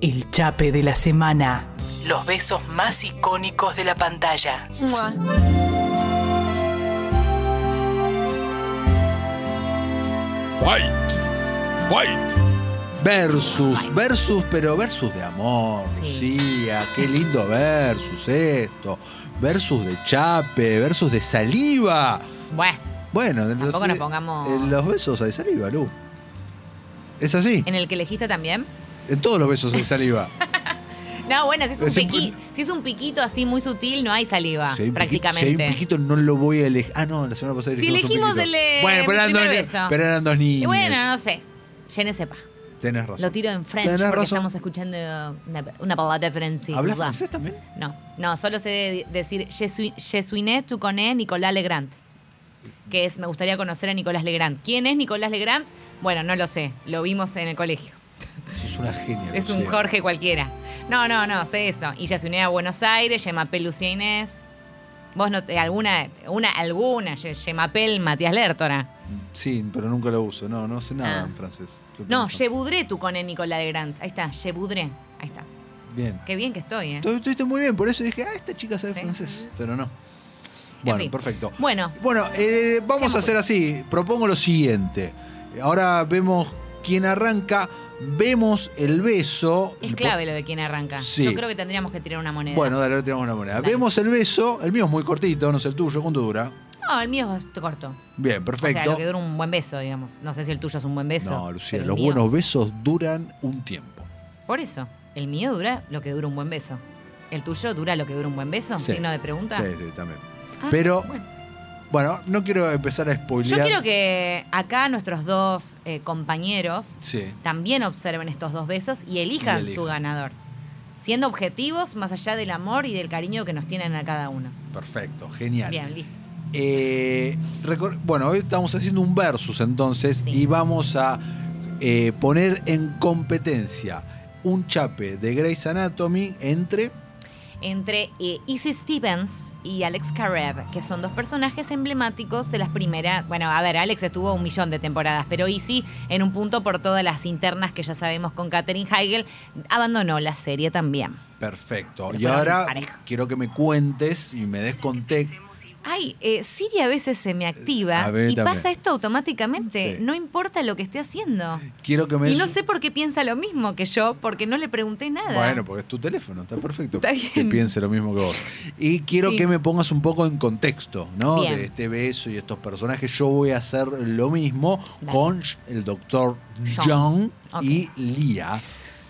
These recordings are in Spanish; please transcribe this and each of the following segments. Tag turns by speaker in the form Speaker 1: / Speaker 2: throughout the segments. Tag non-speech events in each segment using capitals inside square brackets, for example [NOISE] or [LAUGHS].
Speaker 1: El chape de la semana. Los besos más icónicos de la pantalla.
Speaker 2: Mua.
Speaker 3: Fight. Fight.
Speaker 4: Versus, versus, pero versus de amor,
Speaker 1: Sí.
Speaker 4: Lucía, qué lindo versus esto, versus de chape, versus de saliva.
Speaker 2: Bueno,
Speaker 4: Bueno,
Speaker 2: Tampoco
Speaker 4: los, eh,
Speaker 2: nos pongamos-
Speaker 4: en los besos hay saliva, Lu. Es así,
Speaker 2: ¿en el que elegiste también?
Speaker 4: en todos los besos
Speaker 2: [LAUGHS]
Speaker 4: hay saliva.
Speaker 2: No, bueno, si es un,
Speaker 4: Es un-
Speaker 2: piqui- si es un piquito así muy sutil, no hay saliva,
Speaker 4: Si hay un piquito- si hay
Speaker 2: prácticamente.
Speaker 4: un piquito, no lo voy a elegir. Ah, no, la semana pasada
Speaker 2: Si
Speaker 4: elegimos
Speaker 2: elegimos
Speaker 4: un piquito.
Speaker 2: el de
Speaker 4: Bueno, pero
Speaker 2: mi
Speaker 4: eran, dos,
Speaker 2: primer
Speaker 4: ni-
Speaker 2: beso.
Speaker 4: pero eran dos niños.
Speaker 2: Y bueno, no sé. Llene sepa.
Speaker 4: Tenés razón.
Speaker 2: Lo tiro en French
Speaker 4: Tenés
Speaker 2: porque
Speaker 4: razón.
Speaker 2: estamos escuchando una, una palabra francesa.
Speaker 4: ¿Hablas francés también?
Speaker 2: No, no, solo sé de- decir Je suis- je suis né, tu connais Nicolas Legrand. Que es, me gustaría conocer a Nicolás Legrand. ¿Quién es Nicolás Legrand? Bueno, no lo sé. Lo vimos en el colegio.
Speaker 4: Es una genia.
Speaker 2: Es un
Speaker 4: Lucía.
Speaker 2: Jorge cualquiera. No, no, no, sé eso. Y ya se uní a Buenos Aires, Yemapel Lucía Inés. Vos no te, alguna, una, alguna, Ye- Yemapel Matías Lertora.
Speaker 4: Sí, pero nunca lo uso. No, no sé nada
Speaker 2: Ah.
Speaker 4: en francés. Estoy
Speaker 2: No,
Speaker 4: pensando.
Speaker 2: Yebudré tú con el Nicolás Legrand. Ahí está, Yebudré. Ahí está.
Speaker 4: Bien.
Speaker 2: Qué bien que estoy, ¿eh?
Speaker 4: Tú estuviste muy bien, por eso dije, ah, esta chica sabe
Speaker 2: Sí.
Speaker 4: francés. Pero no. Bueno,
Speaker 2: fin.
Speaker 4: perfecto.
Speaker 2: Bueno,
Speaker 4: Bueno, eh, vamos
Speaker 2: Seamos
Speaker 4: a hacer así. Propongo lo siguiente. Ahora vemos quién arranca. Vemos el beso.
Speaker 2: es clave lo de quién arranca.
Speaker 4: Sí.
Speaker 2: Yo creo que tendríamos que tirar una moneda.
Speaker 4: Bueno, dale, ahora tenemos una moneda.
Speaker 2: Dale.
Speaker 4: Vemos el beso. El mío es muy cortito, no sé el tuyo. ¿Cuánto dura?
Speaker 2: No, el mío es corto.
Speaker 4: Bien,
Speaker 2: O
Speaker 4: perfecto.
Speaker 2: sea, lo que dura un buen beso, digamos. No sé si el tuyo es un buen beso.
Speaker 4: no, Lucía,
Speaker 2: pero el
Speaker 4: los
Speaker 2: mío-
Speaker 4: buenos besos duran un tiempo.
Speaker 2: Por eso, el mío dura lo que dura un buen beso. ¿El tuyo dura lo que dura un buen beso?
Speaker 4: Sí.
Speaker 2: Signo de pregunta.
Speaker 4: Sí, sí, también.
Speaker 2: Ah,
Speaker 4: Pero,
Speaker 2: bueno.
Speaker 4: bueno, no quiero empezar a
Speaker 2: Yo
Speaker 4: spoilear.
Speaker 2: quiero que acá nuestros dos eh, compañeros
Speaker 4: Sí.
Speaker 2: también observen estos dos besos y elijan
Speaker 4: Y elijan.
Speaker 2: su ganador. Siendo objetivos más allá del amor y del cariño que nos tienen a cada uno.
Speaker 4: Perfecto, genial.
Speaker 2: Bien, listo.
Speaker 4: Eh, recor- bueno, hoy estamos haciendo un versus entonces
Speaker 2: Sí.
Speaker 4: y vamos a eh, poner en competencia un chape de Grey's Anatomy entre...
Speaker 2: Entre eh, Izzy Stevens y Alex Karev, que son dos personajes emblemáticos de las primeras. Bueno, a ver, Alex estuvo un millón de temporadas, pero Izzy, en un punto por todas las internas que ya sabemos con Katherine Heigl, abandonó la serie también.
Speaker 4: Perfecto.
Speaker 2: Pero
Speaker 4: Y
Speaker 2: fueron
Speaker 4: ahora
Speaker 2: pareja.
Speaker 4: quiero que me cuentes y me des contexto.
Speaker 2: Ay, eh, Siri a veces se me activa
Speaker 4: Eh, A ver,
Speaker 2: y
Speaker 4: también.
Speaker 2: pasa esto automáticamente,
Speaker 4: Sí.
Speaker 2: no importa lo que esté haciendo.
Speaker 4: Quiero que me...
Speaker 2: Y
Speaker 4: des-
Speaker 2: no sé por qué piensa lo mismo que yo, porque no le pregunté nada.
Speaker 4: Bueno, porque es tu teléfono, está perfecto.
Speaker 2: Está
Speaker 4: Que
Speaker 2: bien.
Speaker 4: piense lo mismo que vos. Y quiero
Speaker 2: Sí.
Speaker 4: que me pongas un poco en contexto, ¿no?
Speaker 2: Bien.
Speaker 4: De este beso y estos personajes. Yo voy a hacer lo mismo
Speaker 2: Dale.
Speaker 4: con el doctor
Speaker 2: John.
Speaker 4: John,
Speaker 2: Ok.
Speaker 4: y Lia.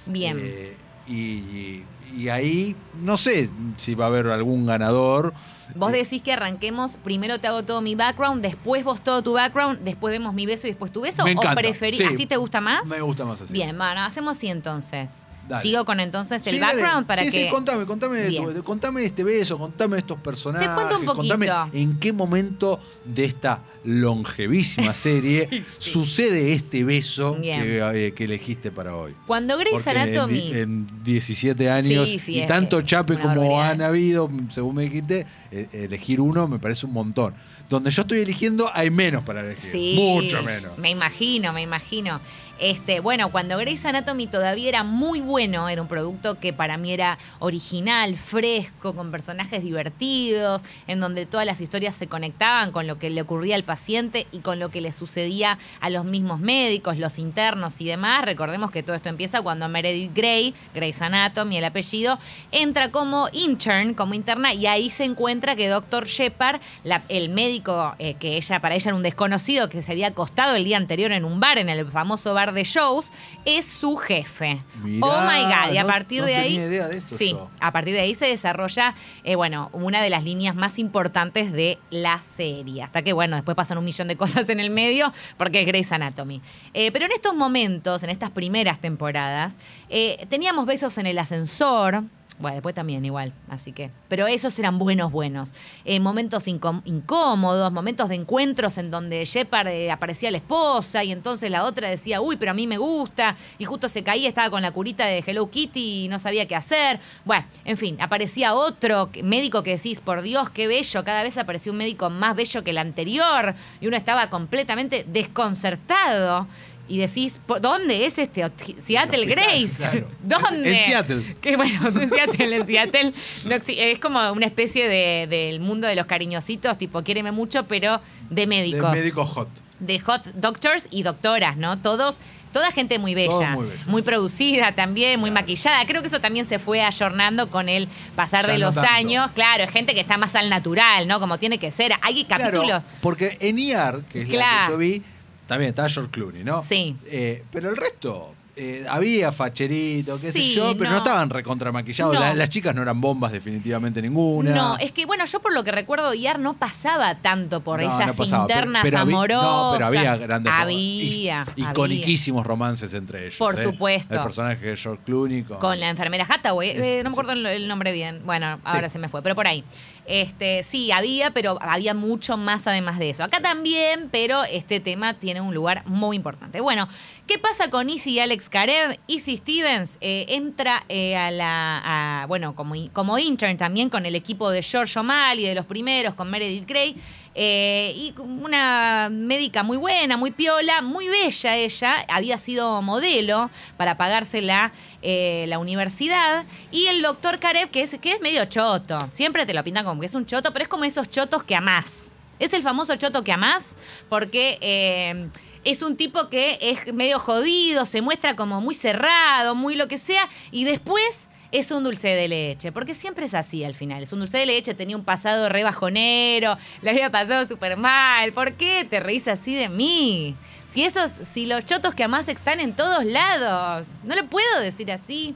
Speaker 2: Bien.
Speaker 4: Eh, y, y ahí no sé si va a haber algún ganador. Eh,
Speaker 2: Vos decís que arranquemos, primero te hago todo mi background, después vos todo tu background, después vemos mi beso y después tu beso. ¿O
Speaker 4: Me encanta,
Speaker 2: preferís?
Speaker 4: sí.
Speaker 2: ¿Así te gusta más?
Speaker 4: Me gusta más así.
Speaker 2: Bien, bueno, hacemos así entonces.
Speaker 4: Dale.
Speaker 2: Sigo con entonces el
Speaker 4: Sí, dale.
Speaker 2: background para
Speaker 4: Sí,
Speaker 2: que.
Speaker 4: sí, contame, contame, de tu-
Speaker 2: Bien.
Speaker 4: de- contame este beso, contame estos personajes.
Speaker 2: Te cuento un
Speaker 4: contame
Speaker 2: poquito.
Speaker 4: en qué momento de esta
Speaker 2: [LAUGHS]
Speaker 4: longevísima serie sucede este beso
Speaker 2: Bien.
Speaker 4: que, eh, que elegiste para hoy.
Speaker 2: Cuando Grey's
Speaker 4: Porque en,
Speaker 2: Anatomy.
Speaker 4: di- en 17 años
Speaker 2: Sí, sí,
Speaker 4: y
Speaker 2: es
Speaker 4: tanto
Speaker 2: que
Speaker 4: chape
Speaker 2: una
Speaker 4: como
Speaker 2: barbaridad.
Speaker 4: han habido, según me dijiste, eh, elegir uno me parece un montón. Donde yo estoy eligiendo hay menos para elegir,
Speaker 2: Sí.
Speaker 4: mucho menos.
Speaker 2: Me imagino, me imagino. Este, bueno, cuando Grey's Anatomy todavía era muy bueno, era un producto que para mí era original, fresco, con personajes divertidos, en donde todas las historias se conectaban con lo que le ocurría al paciente y con lo que le sucedía a los mismos médicos, los internos y demás. Recordemos que todo esto empieza cuando Meredith Grey, Grey's Anatomy, el apellido, entra como intern, como interna, y ahí se encuentra que Dr. Shepard, la- el médico eh, que ella, para ella era un desconocido que se había acostado el día anterior en un bar, en el famoso bar de shows, es su jefe.
Speaker 4: Mirá,
Speaker 2: oh my God. Y a
Speaker 4: no-
Speaker 2: partir
Speaker 4: no
Speaker 2: de ahí.
Speaker 4: tenía idea de esto
Speaker 2: sí,
Speaker 4: yo.
Speaker 2: a partir de ahí se desarrolla, eh, bueno, una de las líneas más importantes de la serie. Hasta que, bueno, después pasan un millón de cosas en el medio porque es Grey's Anatomy. Eh, pero en estos momentos, en estas primeras temporadas, eh, teníamos besos en el ascensor. Bueno, después también igual, así que. Pero esos eran buenos, buenos. Eh, momentos incó- incómodos, momentos de encuentros en donde Shepard eh, aparecía la esposa y entonces la otra decía, uy, pero a mí me gusta. Y justo se caía, estaba con la curita de Hello Kitty y no sabía qué hacer. Bueno, en fin, aparecía otro que- médico que decís, por Dios, qué bello. Cada vez aparecía un médico más bello que el anterior y uno estaba completamente desconcertado. y decís, ¿por- ¿dónde es este? hot- Seattle Grace.
Speaker 4: claro.
Speaker 2: [LAUGHS] ¿Dónde?
Speaker 4: En Seattle.
Speaker 2: Que bueno, [LAUGHS] en Seattle, en Seattle. no exi- es como una especie de- del mundo de los cariñositos, tipo, quiéreme mucho, pero de médicos.
Speaker 4: De médico hot.
Speaker 2: de hot doctors y doctoras, ¿no? Todos, toda gente muy bella,
Speaker 4: Todos muy
Speaker 2: muy,
Speaker 4: bellos.
Speaker 2: producida también, muy maquillada. Creo que eso también se fue ayornando con el pasar
Speaker 4: Ya
Speaker 2: de
Speaker 4: no
Speaker 2: los
Speaker 4: tanto.
Speaker 2: años. Claro, es gente que está más al natural, ¿no? Como tiene que ser. Hay capítulos.
Speaker 4: Claro, porque en IAR, que es la
Speaker 2: Claro.
Speaker 4: que yo vi, también estaba George Clooney, ¿no?
Speaker 2: Sí.
Speaker 4: Eh, pero el resto, eh, había facherito, qué
Speaker 2: Sí,
Speaker 4: sé yo, pero no,
Speaker 2: no.
Speaker 4: estaban recontramaquillados.
Speaker 2: No.
Speaker 4: La- las chicas no eran bombas definitivamente ninguna.
Speaker 2: No, es que bueno, yo por lo que recuerdo, Iar no pasaba tanto por
Speaker 4: No, no
Speaker 2: esas
Speaker 4: pasaba, pero-
Speaker 2: internas
Speaker 4: pero habí-
Speaker 2: amorosas.
Speaker 4: No, pero había grandes rom-
Speaker 2: Había.
Speaker 4: y-
Speaker 2: había.
Speaker 4: iconiquísimos romances entre ellos.
Speaker 2: Por
Speaker 4: ¿eh?
Speaker 2: supuesto.
Speaker 4: El personaje de George Clooney con,
Speaker 2: Con la enfermera Hathaway,
Speaker 4: Es-
Speaker 2: eh, no me
Speaker 4: sí.
Speaker 2: acuerdo el, el nombre bien. Bueno, ahora
Speaker 4: Sí.
Speaker 2: se me fue, pero por ahí. Este, sí, había, pero había mucho más además de eso. Acá también, pero este tema tiene un lugar muy importante. Bueno, ¿qué pasa con Izzy y Alex Karev? Izzy Stevens eh, entra eh, a la, a- bueno, como, in- como intern también con el equipo de George O'Malley, de los primeros, con Meredith Grey. eh, y una médica muy buena, muy piola, muy bella ella, había sido modelo para pagarse la, eh, la universidad. Y el doctor Karev, que es, que es medio choto, siempre te lo pintan como que es un choto, pero es como esos chotos que amás. Es el famoso choto que amás porque eh, es un tipo que es medio jodido, se muestra como muy cerrado, muy lo que sea, y después es un dulce de leche, porque siempre es así al final. Es un dulce de leche, tenía un pasado re bajonero, le había pasado súper mal. ¿Por qué te reís así de mí? Si esos, si los chotos que amás están en todos lados, no lo puedo decir así.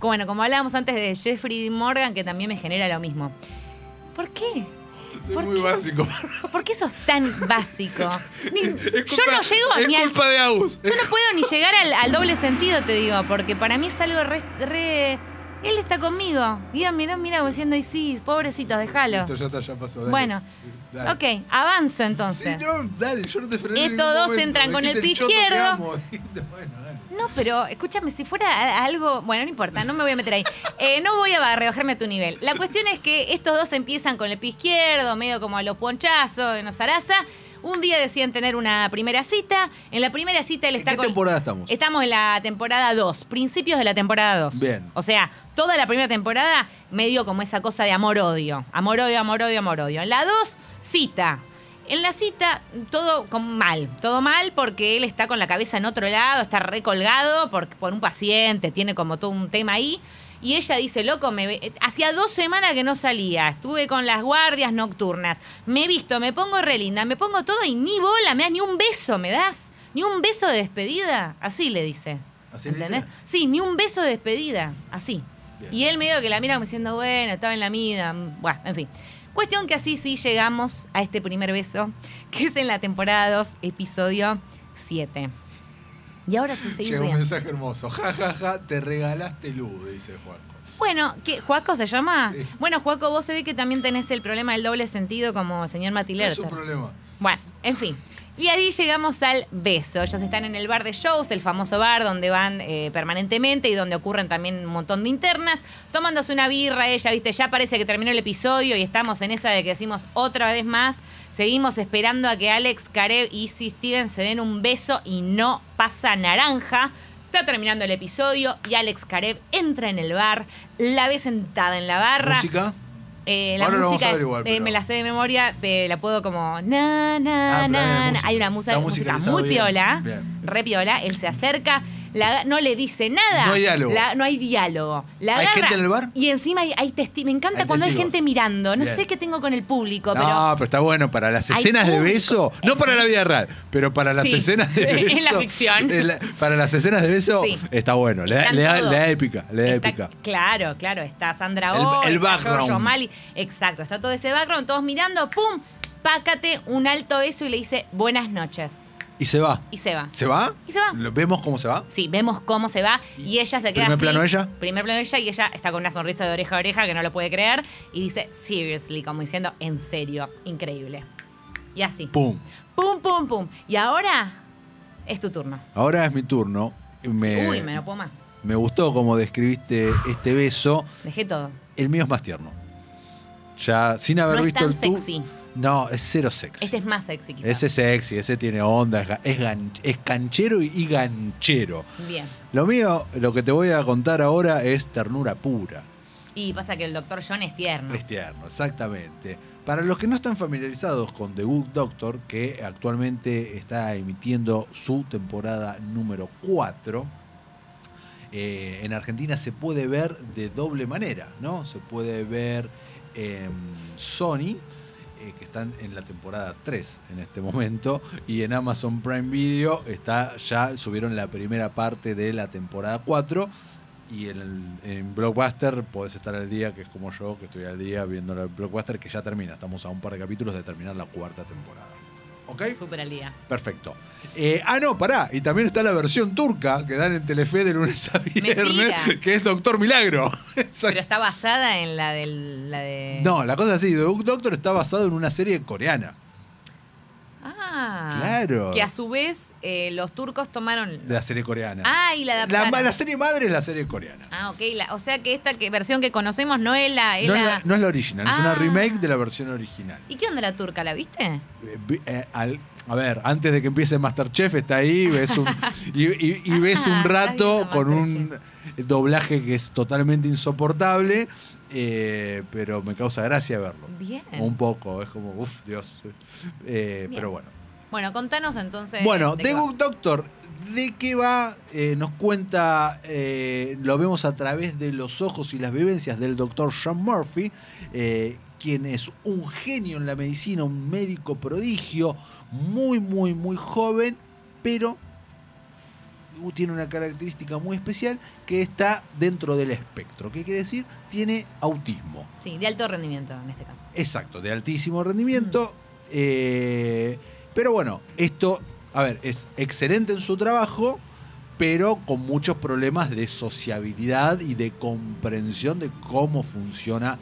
Speaker 2: Bueno, como hablábamos antes de Jeffrey Dean Morgan, que también me genera lo mismo. ¿Por qué?
Speaker 4: Sí,
Speaker 2: ¿Por
Speaker 4: muy
Speaker 2: qué?
Speaker 4: básico.
Speaker 2: ¿Por qué sos tan
Speaker 4: [LAUGHS]
Speaker 2: básico? Ni-
Speaker 4: Es
Speaker 2: yo
Speaker 4: culpa-
Speaker 2: no llego ni
Speaker 4: Es
Speaker 2: al,
Speaker 4: culpa de Agus.
Speaker 2: yo no puedo ni llegar al, al doble sentido, te digo, porque para mí es algo re. re- él está conmigo. Guido, mirá, mirá, como diciendo, y sí, pobrecitos, déjalo.
Speaker 4: Esto ya, está, ya pasó. dale.
Speaker 2: Bueno,
Speaker 4: Dale.
Speaker 2: ok, avanzo entonces.
Speaker 4: Sí, no, dale, yo no te frené. en
Speaker 2: Estos
Speaker 4: ningún
Speaker 2: dos
Speaker 4: momento.
Speaker 2: entran con
Speaker 4: Dijiste
Speaker 2: el pie
Speaker 4: choto que
Speaker 2: izquierdo.
Speaker 4: amo. Dijiste, bueno, dale.
Speaker 2: No, pero escúchame, si fuera a- a algo. Bueno, no importa, no me voy a meter ahí. Eh, no voy a ba- rebajarme a tu nivel. La cuestión es que estos dos empiezan con el pie izquierdo, medio como a los ponchazos, en Osaraza. Un día deciden tener una primera cita. En la primera cita él
Speaker 4: ¿En
Speaker 2: está
Speaker 4: qué
Speaker 2: con.
Speaker 4: temporada estamos?
Speaker 2: Estamos en la temporada 2, principios de la temporada 2.
Speaker 4: Bien.
Speaker 2: O sea, toda la primera temporada medio como esa cosa de amor-odio. Amor-odio, amor-odio, amor-odio. En la 2, cita. En la cita, todo con mal. Todo mal porque él está con la cabeza en otro lado, está recolgado por, por un paciente, tiene como todo un tema ahí. Y ella dice, loco, me ve- hacía dos semanas que no salía, estuve con las guardias nocturnas, me he visto, me pongo re linda, me pongo todo y ni bola, me das ni un beso, me das, ni un beso de despedida, así le dice.
Speaker 4: ¿Así le dice?
Speaker 2: Sí, ni un beso de despedida, así.
Speaker 4: Bien.
Speaker 2: Y él medio que la mira como diciendo, bueno, estaba en la mida, mm, bueno, en fin. Cuestión que así sí llegamos a este primer beso, [LAUGHS] que es en la temporada 2, episodio 7. Y ahora te seguís
Speaker 4: Llega un
Speaker 2: riendo.
Speaker 4: mensaje hermoso. Ja, ja, ja, te regalaste luz, dice Juanjo.
Speaker 2: Bueno, ¿qué, ¿Juaco se llama?
Speaker 4: Sí.
Speaker 2: Bueno, Juaco, vos se ve que también tenés el problema del doble sentido como el señor
Speaker 4: No
Speaker 2: Matiler.
Speaker 4: es un problema.
Speaker 2: Bueno, en fin. Y ahí llegamos al beso. Ellos están en el bar de shows, el famoso bar donde van eh, permanentemente y donde ocurren también un montón de internas, tomándose una birra ella, viste, ya parece que terminó el episodio y estamos en esa de que decimos otra vez más, seguimos esperando a que Alex, Karev y Izzy Steven se den un beso y no pasa naranja. Está terminando el episodio y Alex Karev entra en el bar, la ve sentada en la barra.
Speaker 4: ¿Música?
Speaker 2: Eh, la
Speaker 4: Ahora lo vamos
Speaker 2: música
Speaker 4: a
Speaker 2: es-
Speaker 4: averiguar,
Speaker 2: eh,
Speaker 4: pero-
Speaker 2: me la sé de memoria, eh, la puedo como na na
Speaker 4: Ah, pero hay una
Speaker 2: na, na.
Speaker 4: música.
Speaker 2: Hay una musa-
Speaker 4: Está
Speaker 2: música
Speaker 4: musicalizado
Speaker 2: muy
Speaker 4: bien,
Speaker 2: piola,
Speaker 4: bien.
Speaker 2: re piola. Él se acerca, la aga- no le dice nada.
Speaker 4: No hay diálogo.
Speaker 2: La- no hay diálogo. La
Speaker 4: ¿Hay
Speaker 2: agarra
Speaker 4: gente en el bar?
Speaker 2: Y encima hay, hay testi- Me encanta
Speaker 4: Hay
Speaker 2: cuando hay
Speaker 4: testigos.
Speaker 2: gente mirando. No
Speaker 4: Bien.
Speaker 2: sé qué tengo con el público,
Speaker 4: no,
Speaker 2: pero.
Speaker 4: pero está bueno para las
Speaker 2: Hay
Speaker 4: escenas de
Speaker 2: público.
Speaker 4: beso. No para la vida real, pero para las
Speaker 2: Sí. [LAUGHS]
Speaker 4: escenas de
Speaker 2: En
Speaker 4: beso.
Speaker 2: la ficción.
Speaker 4: en la- para las escenas de beso
Speaker 2: Sí.
Speaker 4: está bueno. Le da,
Speaker 2: Están
Speaker 4: le da-
Speaker 2: todos.
Speaker 4: le da épica. Le da
Speaker 2: Está-
Speaker 4: épica.
Speaker 2: Claro, claro. Está Sandra
Speaker 4: El-
Speaker 2: Oh,
Speaker 4: el
Speaker 2: está
Speaker 4: background.
Speaker 2: Giorgio O'Malley. Exacto, está todo ese background, todos mirando, ¡pum! Pácate un alto beso y le dice buenas noches.
Speaker 4: Y se va.
Speaker 2: Y se va.
Speaker 4: ¿Se va?
Speaker 2: Y se va.
Speaker 4: ¿Lo- ¿Vemos cómo se va?
Speaker 2: Sí, vemos cómo se va y ella se queda
Speaker 4: ¿Primer
Speaker 2: así.
Speaker 4: plano ella?
Speaker 2: Primer plano ella y ella está con una sonrisa de oreja a oreja que no lo puede creer y dice seriously, como diciendo en serio, increíble. Y así.
Speaker 4: Pum.
Speaker 2: Pum, pum, pum. Y ahora es tu turno.
Speaker 4: Ahora es mi turno. Me,
Speaker 2: Uy, me no puedo más.
Speaker 4: me gustó cómo describiste este beso.
Speaker 2: Dejé todo.
Speaker 4: El mío es más tierno. Ya sin haber
Speaker 2: No es
Speaker 4: visto
Speaker 2: tan
Speaker 4: el tu-
Speaker 2: sexy.
Speaker 4: No, es cero sexy.
Speaker 2: Este es más sexy, quizás.
Speaker 4: Ese es sexy, ese tiene onda, es, ga- es gan- es canchero y, y ganchero.
Speaker 2: Bien.
Speaker 4: Lo mío, lo que te voy a contar ahora es ternura pura.
Speaker 2: Y pasa que el doctor John es tierno.
Speaker 4: Es tierno, exactamente. Para los que no están familiarizados con The Good Doctor, que actualmente está emitiendo su temporada número 4, eh, en Argentina se puede ver de doble manera, ¿no? Se puede ver en Sony, eh, que están en la temporada 3 en este momento, y en Amazon Prime Video está ya subieron la primera parte de la temporada 4. Y en, el- en Blockbuster podés estar al día, que es como yo, que estoy al día viendo la Blockbuster, que ya termina. Estamos a un par de capítulos de terminar la cuarta temporada. ¿Ok?
Speaker 2: Súper al día.
Speaker 4: Perfecto. Eh, ah, no, pará. Y también está la versión turca que dan en Telefe de lunes a viernes,
Speaker 2: Mentira.
Speaker 4: que es Doctor Milagro. [LAUGHS]
Speaker 2: Pero está basada en la del. La de...
Speaker 4: No, la cosa es así. The Book Doctor está basado en una serie coreana.
Speaker 2: Ah.
Speaker 4: Claro.
Speaker 2: Que a su vez eh, los turcos tomaron.
Speaker 4: De la serie coreana.
Speaker 2: Ah, y la
Speaker 4: la,
Speaker 2: adaptaron.
Speaker 4: la serie madre es la serie coreana.
Speaker 2: Ah, ok. la- o sea que esta que- versión que conocemos no es la. es
Speaker 4: No es,
Speaker 2: la-
Speaker 4: la, no es la original, es
Speaker 2: Ah.
Speaker 4: una remake de la versión original.
Speaker 2: ¿Y qué onda la turca? ¿La viste?
Speaker 4: Eh, vi- eh, al- a ver, antes de que empiece Masterchef está ahí ves un- y, y- y ves
Speaker 2: Ah, [LAUGHS]
Speaker 4: un
Speaker 2: está
Speaker 4: rato
Speaker 2: viendo
Speaker 4: con un doblaje que es totalmente insoportable, eh, pero me causa gracia verlo.
Speaker 2: Bien.
Speaker 4: Un poco, es como, uff, Dios. Eh,
Speaker 2: Bien.
Speaker 4: pero bueno.
Speaker 2: Bueno, contanos entonces.
Speaker 4: Bueno,
Speaker 2: de
Speaker 4: The
Speaker 2: qué va.
Speaker 4: Good Doctor, ¿de qué va? Eh, nos cuenta, eh, lo vemos a través de los ojos y las vivencias del doctor Sean Murphy, eh, quien es un genio en la medicina, un médico prodigio, muy, muy, muy joven, pero uh, tiene una característica muy especial que está dentro del espectro. ¿Qué quiere decir? Tiene autismo.
Speaker 2: Sí, de alto rendimiento en este caso.
Speaker 4: Exacto, de altísimo rendimiento. Eh, pero bueno, esto, a ver, es excelente en su trabajo, pero con muchos problemas de sociabilidad y de comprensión de cómo funciona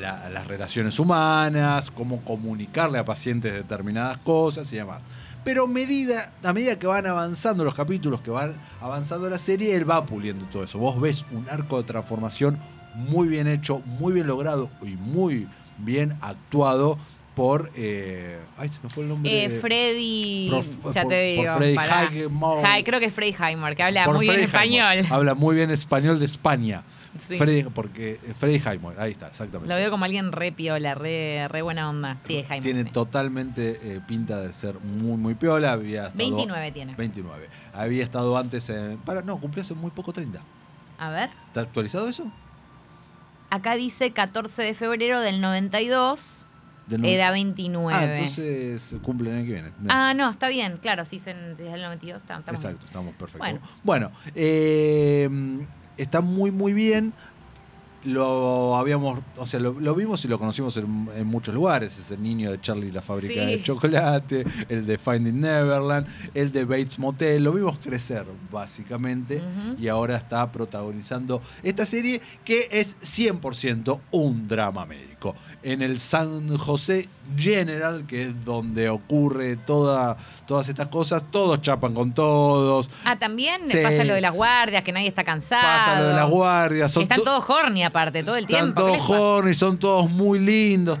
Speaker 4: la- las relaciones humanas, cómo comunicarle a pacientes determinadas cosas y demás. Pero medida, a medida que van avanzando los capítulos, que van avanzando la serie, él va puliendo todo eso. Vos ves un arco de transformación muy bien hecho, muy bien logrado y muy bien actuado por... eh, ay, se me fue el nombre.
Speaker 2: Eh, Freddy.
Speaker 4: Prof-
Speaker 2: ya
Speaker 4: por-
Speaker 2: te
Speaker 4: por
Speaker 2: digo.
Speaker 4: Freddy
Speaker 2: pará.
Speaker 4: Highmore.
Speaker 2: Hi- creo que es Freddy Highmore, que habla
Speaker 4: por
Speaker 2: muy bien
Speaker 4: Freddy Highmore.
Speaker 2: español.
Speaker 4: Habla muy bien español de España.
Speaker 2: Sí.
Speaker 4: Freddy, porque eh, Freddy Highmore, ahí está, exactamente.
Speaker 2: Lo veo como alguien re piola, re, re buena onda. Sí, es Jaime.
Speaker 4: Tiene
Speaker 2: sí.
Speaker 4: totalmente eh, pinta de ser muy, muy piola. Había estado-
Speaker 2: 29 tiene.
Speaker 4: 29. Había estado antes en. Para, no, cumplió hace muy poco 30.
Speaker 2: A ver.
Speaker 4: ¿Está actualizado eso?
Speaker 2: Acá dice 14 de febrero del 92,
Speaker 4: Del
Speaker 2: edad
Speaker 4: noven-
Speaker 2: 29.
Speaker 4: Ah, entonces cumple el año que viene. Bien.
Speaker 2: Eh, Ah, no, está bien, claro, si es, en- si es del 92, está, está muy bien.
Speaker 4: Exacto, estamos perfectos.
Speaker 2: Bueno.
Speaker 4: Bueno, eh, está muy, muy bien. Lo habíamos, o sea, lo, lo vimos y lo conocimos en, en muchos lugares. Es el niño de Charlie y la fábrica
Speaker 2: Sí.
Speaker 4: de chocolate, el de Finding Neverland, el de Bates Motel. Lo vimos crecer, básicamente.
Speaker 2: Ujú.
Speaker 4: Y ahora está protagonizando esta serie que es 100% un drama médico. En el San José General, que es donde ocurre toda, todas estas cosas, todos chapan con todos.
Speaker 2: Ah, también
Speaker 4: Sí.
Speaker 2: pasa lo de las guardias, que nadie está cansado.
Speaker 4: Pasa lo de las guardias. Son
Speaker 2: Están
Speaker 4: to-
Speaker 2: todos horny aparte, todo el
Speaker 4: Están
Speaker 2: tiempo. ¿qué
Speaker 4: todos
Speaker 2: les pasa?
Speaker 4: horny, son todos muy lindos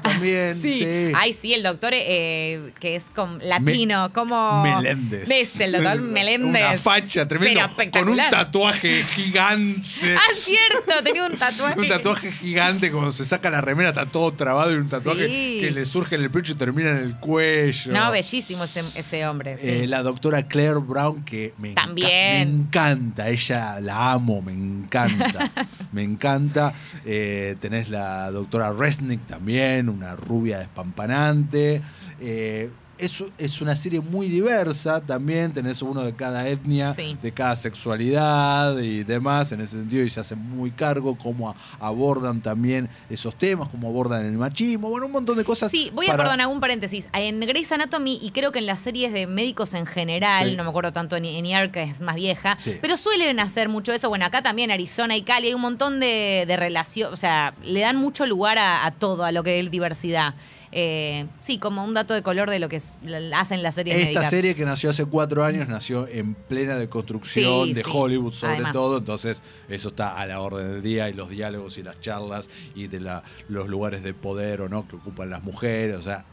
Speaker 2: [LAUGHS]
Speaker 4: también.
Speaker 2: Sí.
Speaker 4: sí.
Speaker 2: Ay, sí, el doctor eh, que es com- latino, como.
Speaker 4: Meléndez.
Speaker 2: ¿Ves? El doctor
Speaker 4: [LAUGHS]
Speaker 2: Meléndez.
Speaker 4: Una facha tremenda.
Speaker 2: Pero
Speaker 4: Con un
Speaker 2: espectacular.
Speaker 4: tatuaje gigante.
Speaker 2: [LAUGHS] Ah, cierto, tenía un tatuaje.
Speaker 4: [LAUGHS] Un tatuaje gigante, cuando se saca la remera está todo trabado y un tatuaje
Speaker 2: Sí.
Speaker 4: que le surge en el pecho y termina en el cuello.
Speaker 2: No, bellísimo ese, ese hombre. sí.
Speaker 4: Eh, la doctora Claire Brown, que me, enca-
Speaker 2: También.
Speaker 4: me encanta, ella la amo, me encanta,
Speaker 2: [LAUGHS]
Speaker 4: me encanta. Eh, tenés la doctora Resnick también, una rubia despampanante. Eh, es, es una serie muy diversa también, tenés uno de cada etnia,
Speaker 2: Sí.
Speaker 4: de cada sexualidad y demás, en ese sentido, y se hacen muy cargo cómo a- abordan también esos temas, cómo abordan el machismo, bueno, un montón de cosas.
Speaker 2: Sí, voy a
Speaker 4: para-
Speaker 2: perdonar un paréntesis. En Grey's Anatomy, y creo que en las series de médicos en general,
Speaker 4: Sí.
Speaker 2: no me acuerdo tanto en, en ER, que es más vieja,
Speaker 4: Sí.
Speaker 2: pero suelen hacer mucho eso. Bueno, acá también, Arizona y Cali, hay un montón de, de relación, o sea, le dan mucho lugar a, a todo, a lo que es diversidad. Eh, sí, como un dato de color de lo que es- la- hacen las series
Speaker 4: Esta
Speaker 2: médicas.
Speaker 4: serie que nació hace cuatro años nació en plena deconstrucción
Speaker 2: Sí,
Speaker 4: de
Speaker 2: sí.
Speaker 4: Hollywood sobre
Speaker 2: Además.
Speaker 4: todo, entonces eso está a la orden del día y los diálogos y las charlas y de la- los lugares de poder o no que ocupan las mujeres, o sea,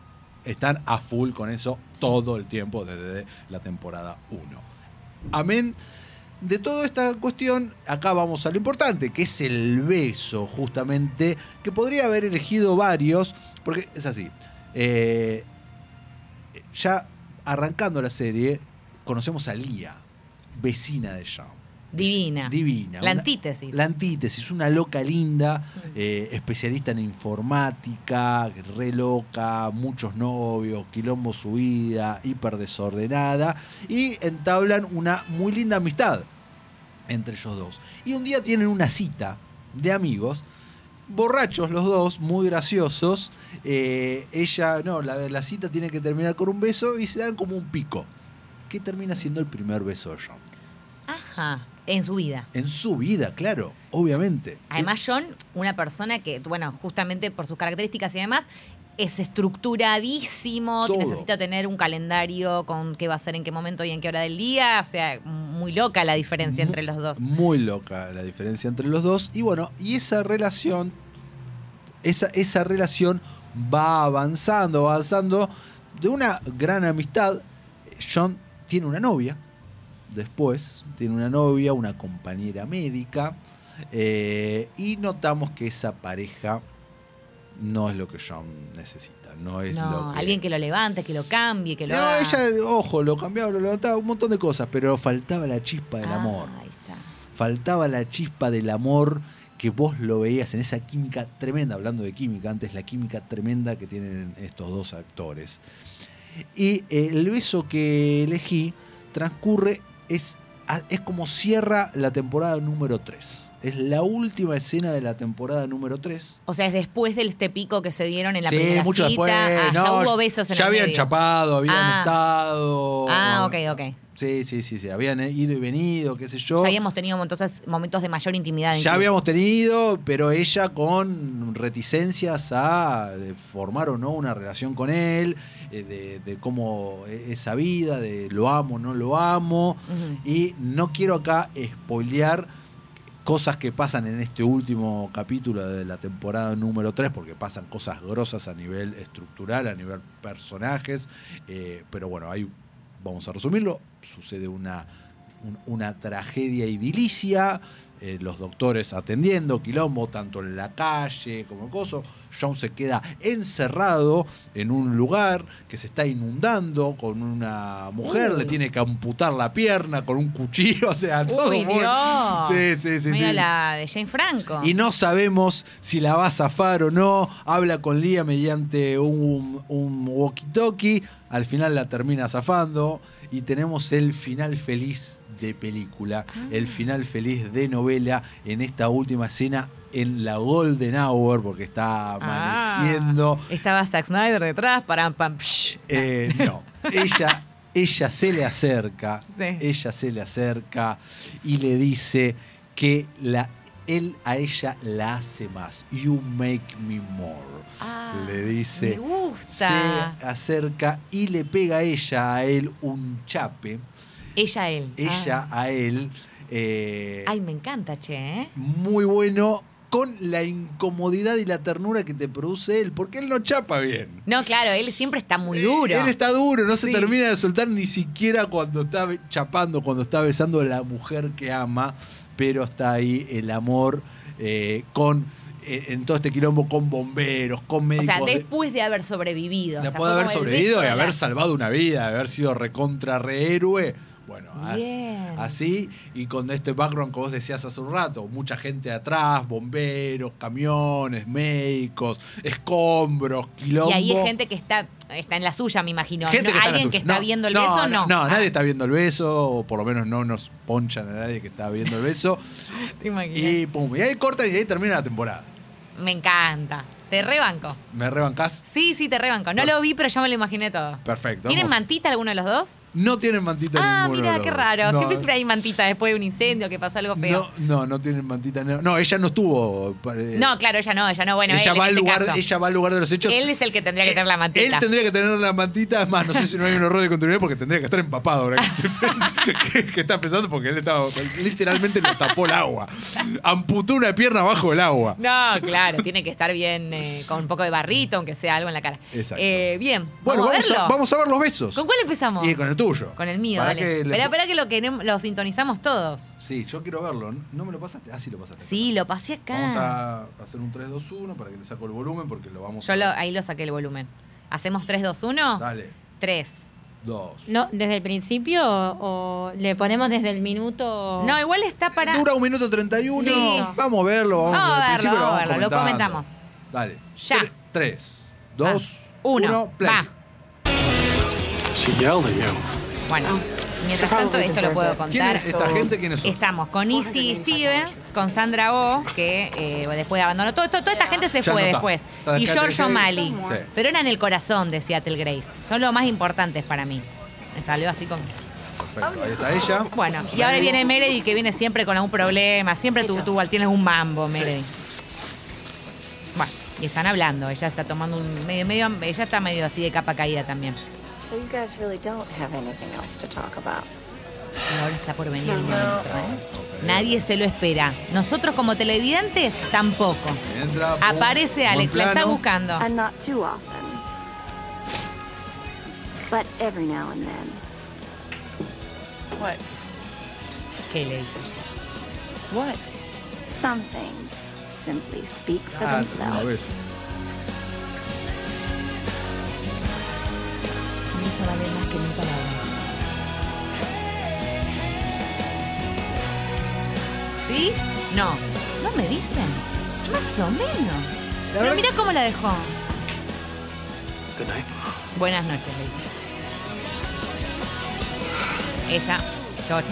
Speaker 4: están a full con eso todo el tiempo desde la temporada 1. Amén. De toda esta cuestión, acá vamos a lo importante, que es el beso, justamente, que podría haber elegido varios, porque es así. eh, ya arrancando la serie, conocemos a Lía, vecina de Shawn.
Speaker 2: Divina.
Speaker 4: Divina.
Speaker 2: La
Speaker 4: Una-
Speaker 2: antítesis. Mm.
Speaker 4: la antítesis, una loca linda, eh, especialista en informática, re loca, muchos novios, quilombo su vida, hiper desordenada, y entablan una muy linda amistad entre ellos dos. Y un día tienen una cita de amigos. Borrachos los dos, muy graciosos. eh, ella, no, la, la cita tiene que terminar con un beso y se dan como un pico. ¿Qué termina siendo el primer beso de John?
Speaker 2: Ajá. En su vida.
Speaker 4: En su vida, claro, obviamente.
Speaker 2: Además, John, una persona que, bueno, justamente por sus características y demás, es estructuradísimo,
Speaker 4: Todo.
Speaker 2: necesita tener un calendario con qué va a ser en qué momento y en qué hora del día. O sea, muy loca la diferencia
Speaker 4: Mu-
Speaker 2: entre los dos.
Speaker 4: Muy loca la diferencia entre los dos. Y bueno, y esa relación, esa, esa relación va avanzando, avanzando. De una gran amistad, John tiene una novia. Después tiene una novia, una compañera médica. eh, y notamos que esa pareja no es lo que John necesita. No es
Speaker 2: No,
Speaker 4: lo que.
Speaker 2: alguien que lo levante, que lo cambie, que lo.
Speaker 4: No,
Speaker 2: haga.
Speaker 4: ella, ojo, lo cambiaba, lo levantaba, un montón de cosas, pero faltaba la chispa del
Speaker 2: Ah,
Speaker 4: amor
Speaker 2: ahí está.
Speaker 4: faltaba la chispa del amor que vos lo veías en esa química tremenda, hablando de química antes, la química tremenda que tienen estos dos actores. Y eh, el beso que elegí transcurre, es, a- es como cierra la temporada número 3. Es la última escena de la temporada número 3.
Speaker 2: O sea, es después del este pico que se dieron en la primera cita. Ah, ya hubo besos en
Speaker 4: ya
Speaker 2: el
Speaker 4: habían
Speaker 2: medio.
Speaker 4: chapado, habían
Speaker 2: Ah.
Speaker 4: estado.
Speaker 2: Ah, ok, ok.
Speaker 4: Sí, sí, sí, sí. Habían eh, ido y venido, qué sé yo.
Speaker 2: Ya habíamos tenido entonces momentos de mayor intimidad.
Speaker 4: Ya
Speaker 2: incluso.
Speaker 4: habíamos [LAUGHS] tenido, pero ella con reticencias a eh, formar o no una relación con él, eh, de, de cómo e- esa vida, de lo amo, no lo amo.
Speaker 2: Ujú.
Speaker 4: Y no quiero acá spoilear cosas que pasan en este último capítulo de la temporada número 3, porque pasan cosas grosas a nivel estructural, a nivel personajes. eh, pero bueno, ahí vamos a resumirlo. Sucede una, un- una tragedia idilicia. eh, los doctores atendiendo, quilombo, tanto en la calle como en coso. John se queda encerrado en un lugar que se está inundando con una mujer, le
Speaker 2: Uy.
Speaker 4: tiene que amputar la pierna con un cuchillo, [LAUGHS] o sea, todo
Speaker 2: Uy,
Speaker 4: muy-
Speaker 2: Dios.
Speaker 4: Sí, sí, sí,
Speaker 2: Medio
Speaker 4: sí.
Speaker 2: la de Jane Franco.
Speaker 4: Y no sabemos si la va a zafar o no. Habla con Lía mediante un, un walkie-talkie. Al final la termina zafando. Y tenemos el final feliz de película.
Speaker 2: Ah.
Speaker 4: El final feliz de novela en esta última escena en la Golden Hour, porque está
Speaker 2: Ah.
Speaker 4: amaneciendo.
Speaker 2: Estaba Zack Snyder detrás, param, pam, psh. [LAUGHS]
Speaker 4: Eh, no, ella, ella se le acerca,
Speaker 2: Sí.
Speaker 4: ella se le acerca y le dice que la, él a ella la hace más. You make me more.
Speaker 2: Ah,
Speaker 4: le dice.
Speaker 2: Me gusta.
Speaker 4: Se acerca y le pega a ella a él un chape,
Speaker 2: Ella, él.
Speaker 4: ella
Speaker 2: Ah.
Speaker 4: a él. eh,
Speaker 2: Ay, me encanta, che. ¿eh?
Speaker 4: muy bueno con la incomodidad y la ternura que te produce él, porque él no chapa bien.
Speaker 2: No, claro, él siempre está muy
Speaker 4: Eh,
Speaker 2: duro.
Speaker 4: Él está duro, no se
Speaker 2: Sí.
Speaker 4: termina de soltar ni siquiera cuando está be- chapando, cuando está besando a la mujer que ama, pero está ahí el amor eh, con eh, en todo este quilombo con bomberos, con
Speaker 2: o
Speaker 4: médicos.
Speaker 2: sea,
Speaker 4: de-
Speaker 2: después de haber sobrevivido. o
Speaker 4: de
Speaker 2: sea, fue
Speaker 4: poder eh, haber
Speaker 2: como el
Speaker 4: sobrevivido
Speaker 2: beso
Speaker 4: y
Speaker 2: de la-
Speaker 4: haber salvado una vida, de haber sido recontra rehéroe. Bueno, as-
Speaker 2: Bien.
Speaker 4: así y con este background que vos decías hace un rato, mucha gente atrás, bomberos, camiones, médicos, escombros, quilombo.
Speaker 2: Y ahí es gente que está, está en la suya, me imagino.
Speaker 4: Gente
Speaker 2: No,
Speaker 4: que está en
Speaker 2: Alguien
Speaker 4: la
Speaker 2: que
Speaker 4: suya.
Speaker 2: está
Speaker 4: No,
Speaker 2: viendo el
Speaker 4: no,
Speaker 2: beso, no. Ah.
Speaker 4: No, nadie está viendo el beso, o por lo menos no nos ponchan a nadie que está viendo el beso.
Speaker 2: [LAUGHS] [LAUGHS] Te imaginas.
Speaker 4: y pum, y ahí corta y ahí termina la temporada.
Speaker 2: Me encanta. Te rebanco.
Speaker 4: ¿Me rebancás?
Speaker 2: Sí, sí, te rebanco. No lo vi, pero ya me lo imaginé todo.
Speaker 4: Perfecto.
Speaker 2: ¿Tienen
Speaker 4: vamos.
Speaker 2: mantita alguno de los dos?
Speaker 4: No tienen mantita
Speaker 2: Ah,
Speaker 4: ninguno de
Speaker 2: mira,
Speaker 4: los
Speaker 2: qué
Speaker 4: dos.
Speaker 2: raro.
Speaker 4: No, eh.
Speaker 2: Siempre hay mantita después de un incendio que pasó algo feo.
Speaker 4: No, no, no tienen mantita. No, No, ella no estuvo. eh,
Speaker 2: No, claro, ella no, ella no. Bueno, él,
Speaker 4: ella, va
Speaker 2: en
Speaker 4: al
Speaker 2: este
Speaker 4: lugar,
Speaker 2: caso.
Speaker 4: ella va al lugar de los hechos.
Speaker 2: Él es el que tendría que tener la
Speaker 4: Eh, Él
Speaker 2: mantita.
Speaker 4: tendría que tener la mantita, es más, no sé si no hay un error de continuidad porque tendría que estar empapado [LAUGHS] ahora que, que está pensando porque él estaba literalmente lo tapó el agua. Amputó una pierna bajo el agua.
Speaker 2: No, claro, tiene que estar bien eh, con un poco de barrito, aunque sea algo en la cara.
Speaker 4: Exacto.
Speaker 2: Eh, bien.
Speaker 4: Bueno,
Speaker 2: vamos,
Speaker 4: vamos a,
Speaker 2: verlo?
Speaker 4: vamos a ver los besos.
Speaker 2: ¿Con cuál empezamos?
Speaker 4: Y con el tuyo.
Speaker 2: Con el mío,
Speaker 4: Para
Speaker 2: dale.
Speaker 4: que le-
Speaker 2: Espera, espera que lo, queremos- lo sintonizamos todos.
Speaker 4: Sí, yo quiero verlo. ¿No me lo pasaste? Ah, sí, lo pasaste.
Speaker 2: Sí, lo pasé acá.
Speaker 4: Vamos a hacer un 3-2-1 para que te saco el volumen porque lo vamos
Speaker 2: Yo
Speaker 4: a.
Speaker 2: lo- ahí lo saqué el volumen. ¿Hacemos 3, 2, 1?
Speaker 4: Dale,
Speaker 2: 3.
Speaker 4: dos.
Speaker 5: No, ¿Desde el principio o, o le ponemos desde el minuto?
Speaker 2: No, igual está para.
Speaker 4: Dura un minuto 31.
Speaker 2: Sí.
Speaker 4: Vamos a verlo. Vamos,
Speaker 2: Vamos a
Speaker 4: al
Speaker 2: verlo,
Speaker 4: principio
Speaker 2: vamos a
Speaker 4: vamos
Speaker 2: verlo, lo
Speaker 4: comentando.
Speaker 2: comentamos.
Speaker 4: Dale.
Speaker 2: Ya.
Speaker 4: 3, 2,
Speaker 2: Uno.
Speaker 4: 1, play.
Speaker 2: Va.
Speaker 6: She yelled at you.
Speaker 2: Bueno,
Speaker 4: Ah.
Speaker 2: mientras tanto esto lo puedo
Speaker 4: ¿Quién
Speaker 2: contar.
Speaker 4: es esta gente? ¿Quiénes son?
Speaker 2: Estamos con Izzy Stevens, con Sandra Oh, que eh, después abandonó. Todo, todo- toda esta gente se
Speaker 4: Ya
Speaker 2: fue
Speaker 4: no está.
Speaker 2: después.
Speaker 4: Está
Speaker 2: Y
Speaker 4: Catherine
Speaker 2: George
Speaker 4: Hayes.
Speaker 2: O'Malley.
Speaker 4: Sí.
Speaker 2: Pero eran el corazón de Seattle Grace. Son los más importantes para mí. Me salió así con...
Speaker 4: Perfecto. Ahí está ella.
Speaker 2: Bueno, y ahora viene Meredith, que viene siempre con algún problema. Siempre tú, tú tienes un mambo, Meredith. Bueno, y están hablando. Ella está tomando un medio, medio... Ella está medio así de capa caída también.
Speaker 7: So you guys really don't have anything else to talk about.
Speaker 2: Y ahora está por venir el momento. ¿eh? Nadie se lo espera. Nosotros como televidentes tampoco.
Speaker 4: Entra, pum,
Speaker 2: Aparece
Speaker 4: buen
Speaker 2: Alex, la está
Speaker 4: plano.
Speaker 2: buscando.
Speaker 7: And not too often. But every now and then.
Speaker 2: ¿Qué le dice?
Speaker 7: Some things simply speak for
Speaker 4: Ah, una vez.
Speaker 7: themselves.
Speaker 2: No se vale más que mil palabras. ¿Sí? No. No me dicen. Más o menos. Pero mira cómo la dejó.
Speaker 6: Good night.
Speaker 2: Buenas noches, le dice. Ella, chocha.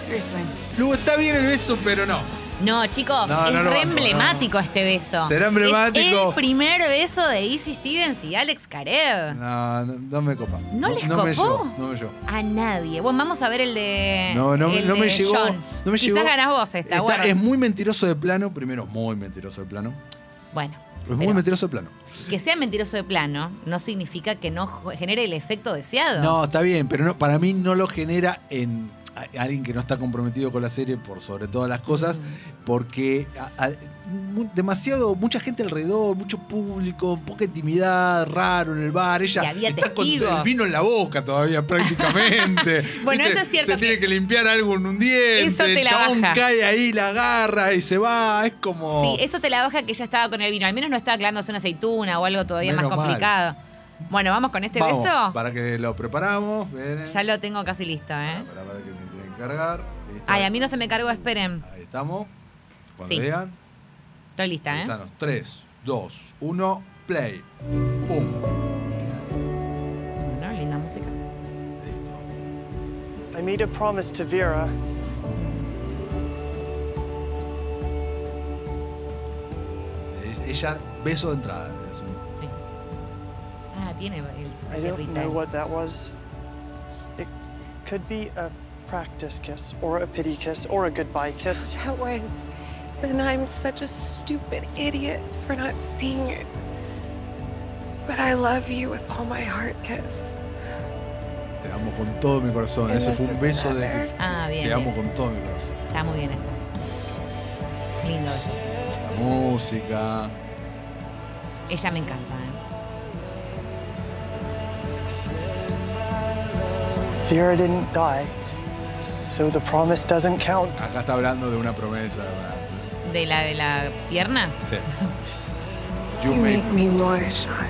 Speaker 7: Seriously.
Speaker 4: Lu, está bien el beso, pero no.
Speaker 2: No, chicos,
Speaker 4: No,
Speaker 2: es
Speaker 4: no lo
Speaker 2: re
Speaker 4: banco,
Speaker 2: emblemático este beso.
Speaker 4: Será emblemático.
Speaker 2: Es el primer beso de Izzy Stevens y Alex Karev.
Speaker 4: No, no, no me copa.
Speaker 2: ¿No les
Speaker 4: me
Speaker 2: copó?
Speaker 4: llegó, no me llegó.
Speaker 2: A nadie. Bueno, vamos a ver el de.
Speaker 4: No, no,
Speaker 2: el
Speaker 4: no me
Speaker 2: de
Speaker 4: llegó.
Speaker 2: John.
Speaker 4: No me
Speaker 2: Quizás
Speaker 4: llegó.
Speaker 2: ganas vos esta,
Speaker 4: Está-
Speaker 2: bueno.
Speaker 4: Es muy mentiroso de plano. Primero, muy mentiroso de plano.
Speaker 2: Bueno.
Speaker 4: Es muy
Speaker 2: pero
Speaker 4: mentiroso de plano.
Speaker 2: que sea mentiroso de plano no significa que no jo- genere el efecto deseado.
Speaker 4: No, está bien, pero no, para mí no lo genera en a- alguien que no está comprometido con la serie por sobre todas las cosas, porque a- a- mu- demasiado, mucha gente alrededor, mucho público, poca intimidad, raro en el bar, ella
Speaker 2: Y había
Speaker 4: está con
Speaker 2: testigos.
Speaker 4: el vino en la boca todavía prácticamente.
Speaker 2: [LAUGHS] Bueno,
Speaker 4: ¿Viste?
Speaker 2: eso es cierto
Speaker 4: Se
Speaker 2: que-
Speaker 4: tiene que limpiar algo en un diente,
Speaker 2: Eso te
Speaker 4: el
Speaker 2: la
Speaker 4: chabón
Speaker 2: baja.
Speaker 4: cae ahí, la agarra y se va, es como...
Speaker 2: Sí, eso te la baja que ya estaba con el vino. Al menos no estaba clavándose una aceituna o algo todavía
Speaker 4: Menos
Speaker 2: más
Speaker 4: mal.
Speaker 2: complicado. Bueno, vamos con este
Speaker 4: Vamos,
Speaker 2: beso.
Speaker 4: Para que lo preparamos, ven,
Speaker 2: Ya lo tengo casi listo, ¿eh?
Speaker 4: para, para- para que me tienen que cargar. listo.
Speaker 2: Ay, a mí no se me cargó, esperen.
Speaker 4: Ahí estamos. Cuando
Speaker 2: Sí.
Speaker 4: digan,
Speaker 2: Estoy lista, ¿eh?
Speaker 4: 3, 2, 1, play. Pum.
Speaker 2: Bueno, linda música.
Speaker 8: I made a promise to Vera.
Speaker 4: E- Ella, beso de entrada. es un-
Speaker 2: Sí. Ah, tiene el
Speaker 8: I don't know what that was. It could be a practice kiss, or a pity kiss, or a goodbye kiss.
Speaker 9: That was. And I'm such a stupid idiot for not seeing it. But I love you with all my heart, kiss.
Speaker 4: Te amo con todo mi corazón. Ese fue un beso de.
Speaker 2: Ah, bien.
Speaker 4: Te amo
Speaker 2: bien.
Speaker 4: con todo mi corazón.
Speaker 2: Está muy bien esto. Lindo eso.
Speaker 4: La música.
Speaker 2: Ella me encanta. ¿eh?
Speaker 8: Vera didn't die, so the promise doesn't count.
Speaker 4: Acá está hablando de una promesa. ¿verdad?
Speaker 2: De la de la pierna.
Speaker 4: Sí. You make me.
Speaker 9: more, Sean.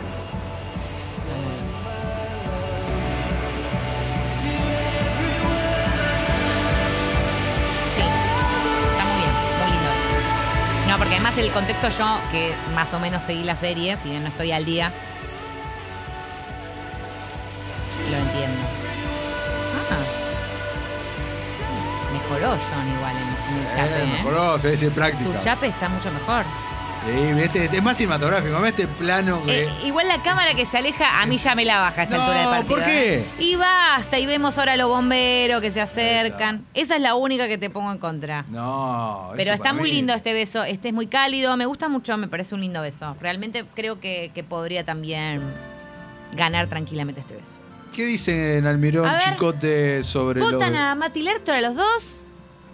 Speaker 2: Sí. Está muy bien. Muy lindo eso. No, porque además el contexto yo, que más o menos seguí la serie, si bien no estoy al día, lo entiendo. Ah. Mejoró John igual en, en el chape.
Speaker 4: Eh,
Speaker 2: ¿eh?
Speaker 4: mejoró, se dice práctica.
Speaker 2: Su chape está mucho mejor.
Speaker 4: Sí, este, este es más cinematográfico. Más este plano que.
Speaker 2: Eh, igual la cámara que se aleja, a mí ya me la baja a esta
Speaker 4: No,
Speaker 2: altura de partido.
Speaker 4: ¿por qué?
Speaker 2: ¿eh? Y basta, y vemos ahora los bomberos que se acercan. Esa es la única que te pongo en contra.
Speaker 4: no.
Speaker 2: Pero
Speaker 4: eso
Speaker 2: está
Speaker 4: para
Speaker 2: muy
Speaker 4: mí-
Speaker 2: lindo este beso, este es muy cálido, me gusta mucho, me parece un lindo beso. Realmente creo que, que podría también ganar tranquilamente este beso.
Speaker 4: ¿Qué dicen Almirón
Speaker 2: A ver.
Speaker 4: Chicote sobre lo
Speaker 2: ¿Votan
Speaker 4: de-
Speaker 2: a Mati Lertora los dos?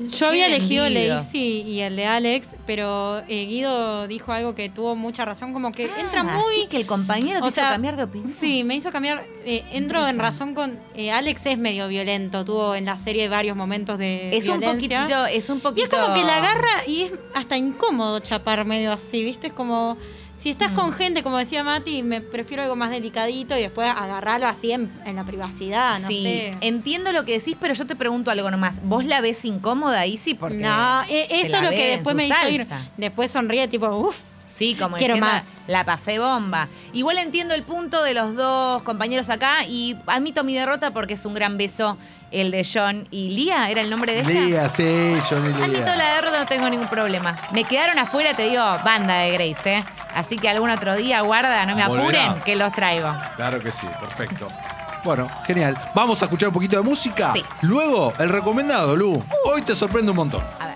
Speaker 5: Yo había
Speaker 2: Qué
Speaker 5: elegido el de
Speaker 2: vendido.
Speaker 5: Izzy y el de Alex, pero eh, Guido dijo algo que tuvo mucha razón, como que Eh, entra
Speaker 2: Ah,
Speaker 5: muy...
Speaker 2: sí, que el compañero
Speaker 5: o
Speaker 2: quiso
Speaker 5: sea,
Speaker 2: cambiar de opinión.
Speaker 5: Sí, me hizo cambiar. eh, entro en razón con. eh, Alex es medio violento. Tuvo en la serie varios momentos de.
Speaker 2: Es un
Speaker 5: violencia.
Speaker 2: poquitito, es un
Speaker 5: Y
Speaker 2: poquito.
Speaker 5: es como que la agarra y es hasta incómodo chapar medio así, ¿viste? Es como. Si estás
Speaker 2: Mm.
Speaker 5: con gente, como decía Mati, me prefiero algo más delicadito y después agarrarlo así en, en la privacidad, no
Speaker 2: sí,
Speaker 5: sé.
Speaker 2: entiendo lo que decís, pero yo te pregunto algo nomás. ¿Vos la ves incómoda, Isi? Porque
Speaker 5: no, eh,
Speaker 2: se
Speaker 5: eso
Speaker 2: la
Speaker 5: es lo
Speaker 2: ve
Speaker 5: que
Speaker 2: en
Speaker 5: después
Speaker 2: su
Speaker 5: me hizo ir.
Speaker 2: salsa.
Speaker 5: Después sonríe, tipo, uff.
Speaker 2: Sí, como
Speaker 5: Quiero
Speaker 2: diciendo,
Speaker 5: más.
Speaker 2: La pasé bomba. Igual entiendo el punto de los dos compañeros acá y admito mi derrota porque es un gran beso el de John y Lía, era el nombre de ella.
Speaker 4: Lía, sí, Johnny
Speaker 2: Admito
Speaker 4: Lía.
Speaker 2: la derrota, no tengo ningún problema. Me quedaron afuera, te digo, banda de Grace, ¿eh? Así que algún otro día, guarda, no me apuren,
Speaker 4: Volverá.
Speaker 2: que los traigo.
Speaker 4: Claro que sí, perfecto. [LAUGHS] Bueno, genial. Vamos a escuchar un poquito de música.
Speaker 2: Sí.
Speaker 4: Luego, el recomendado, Lu. Hoy te sorprende un montón.
Speaker 2: A ver.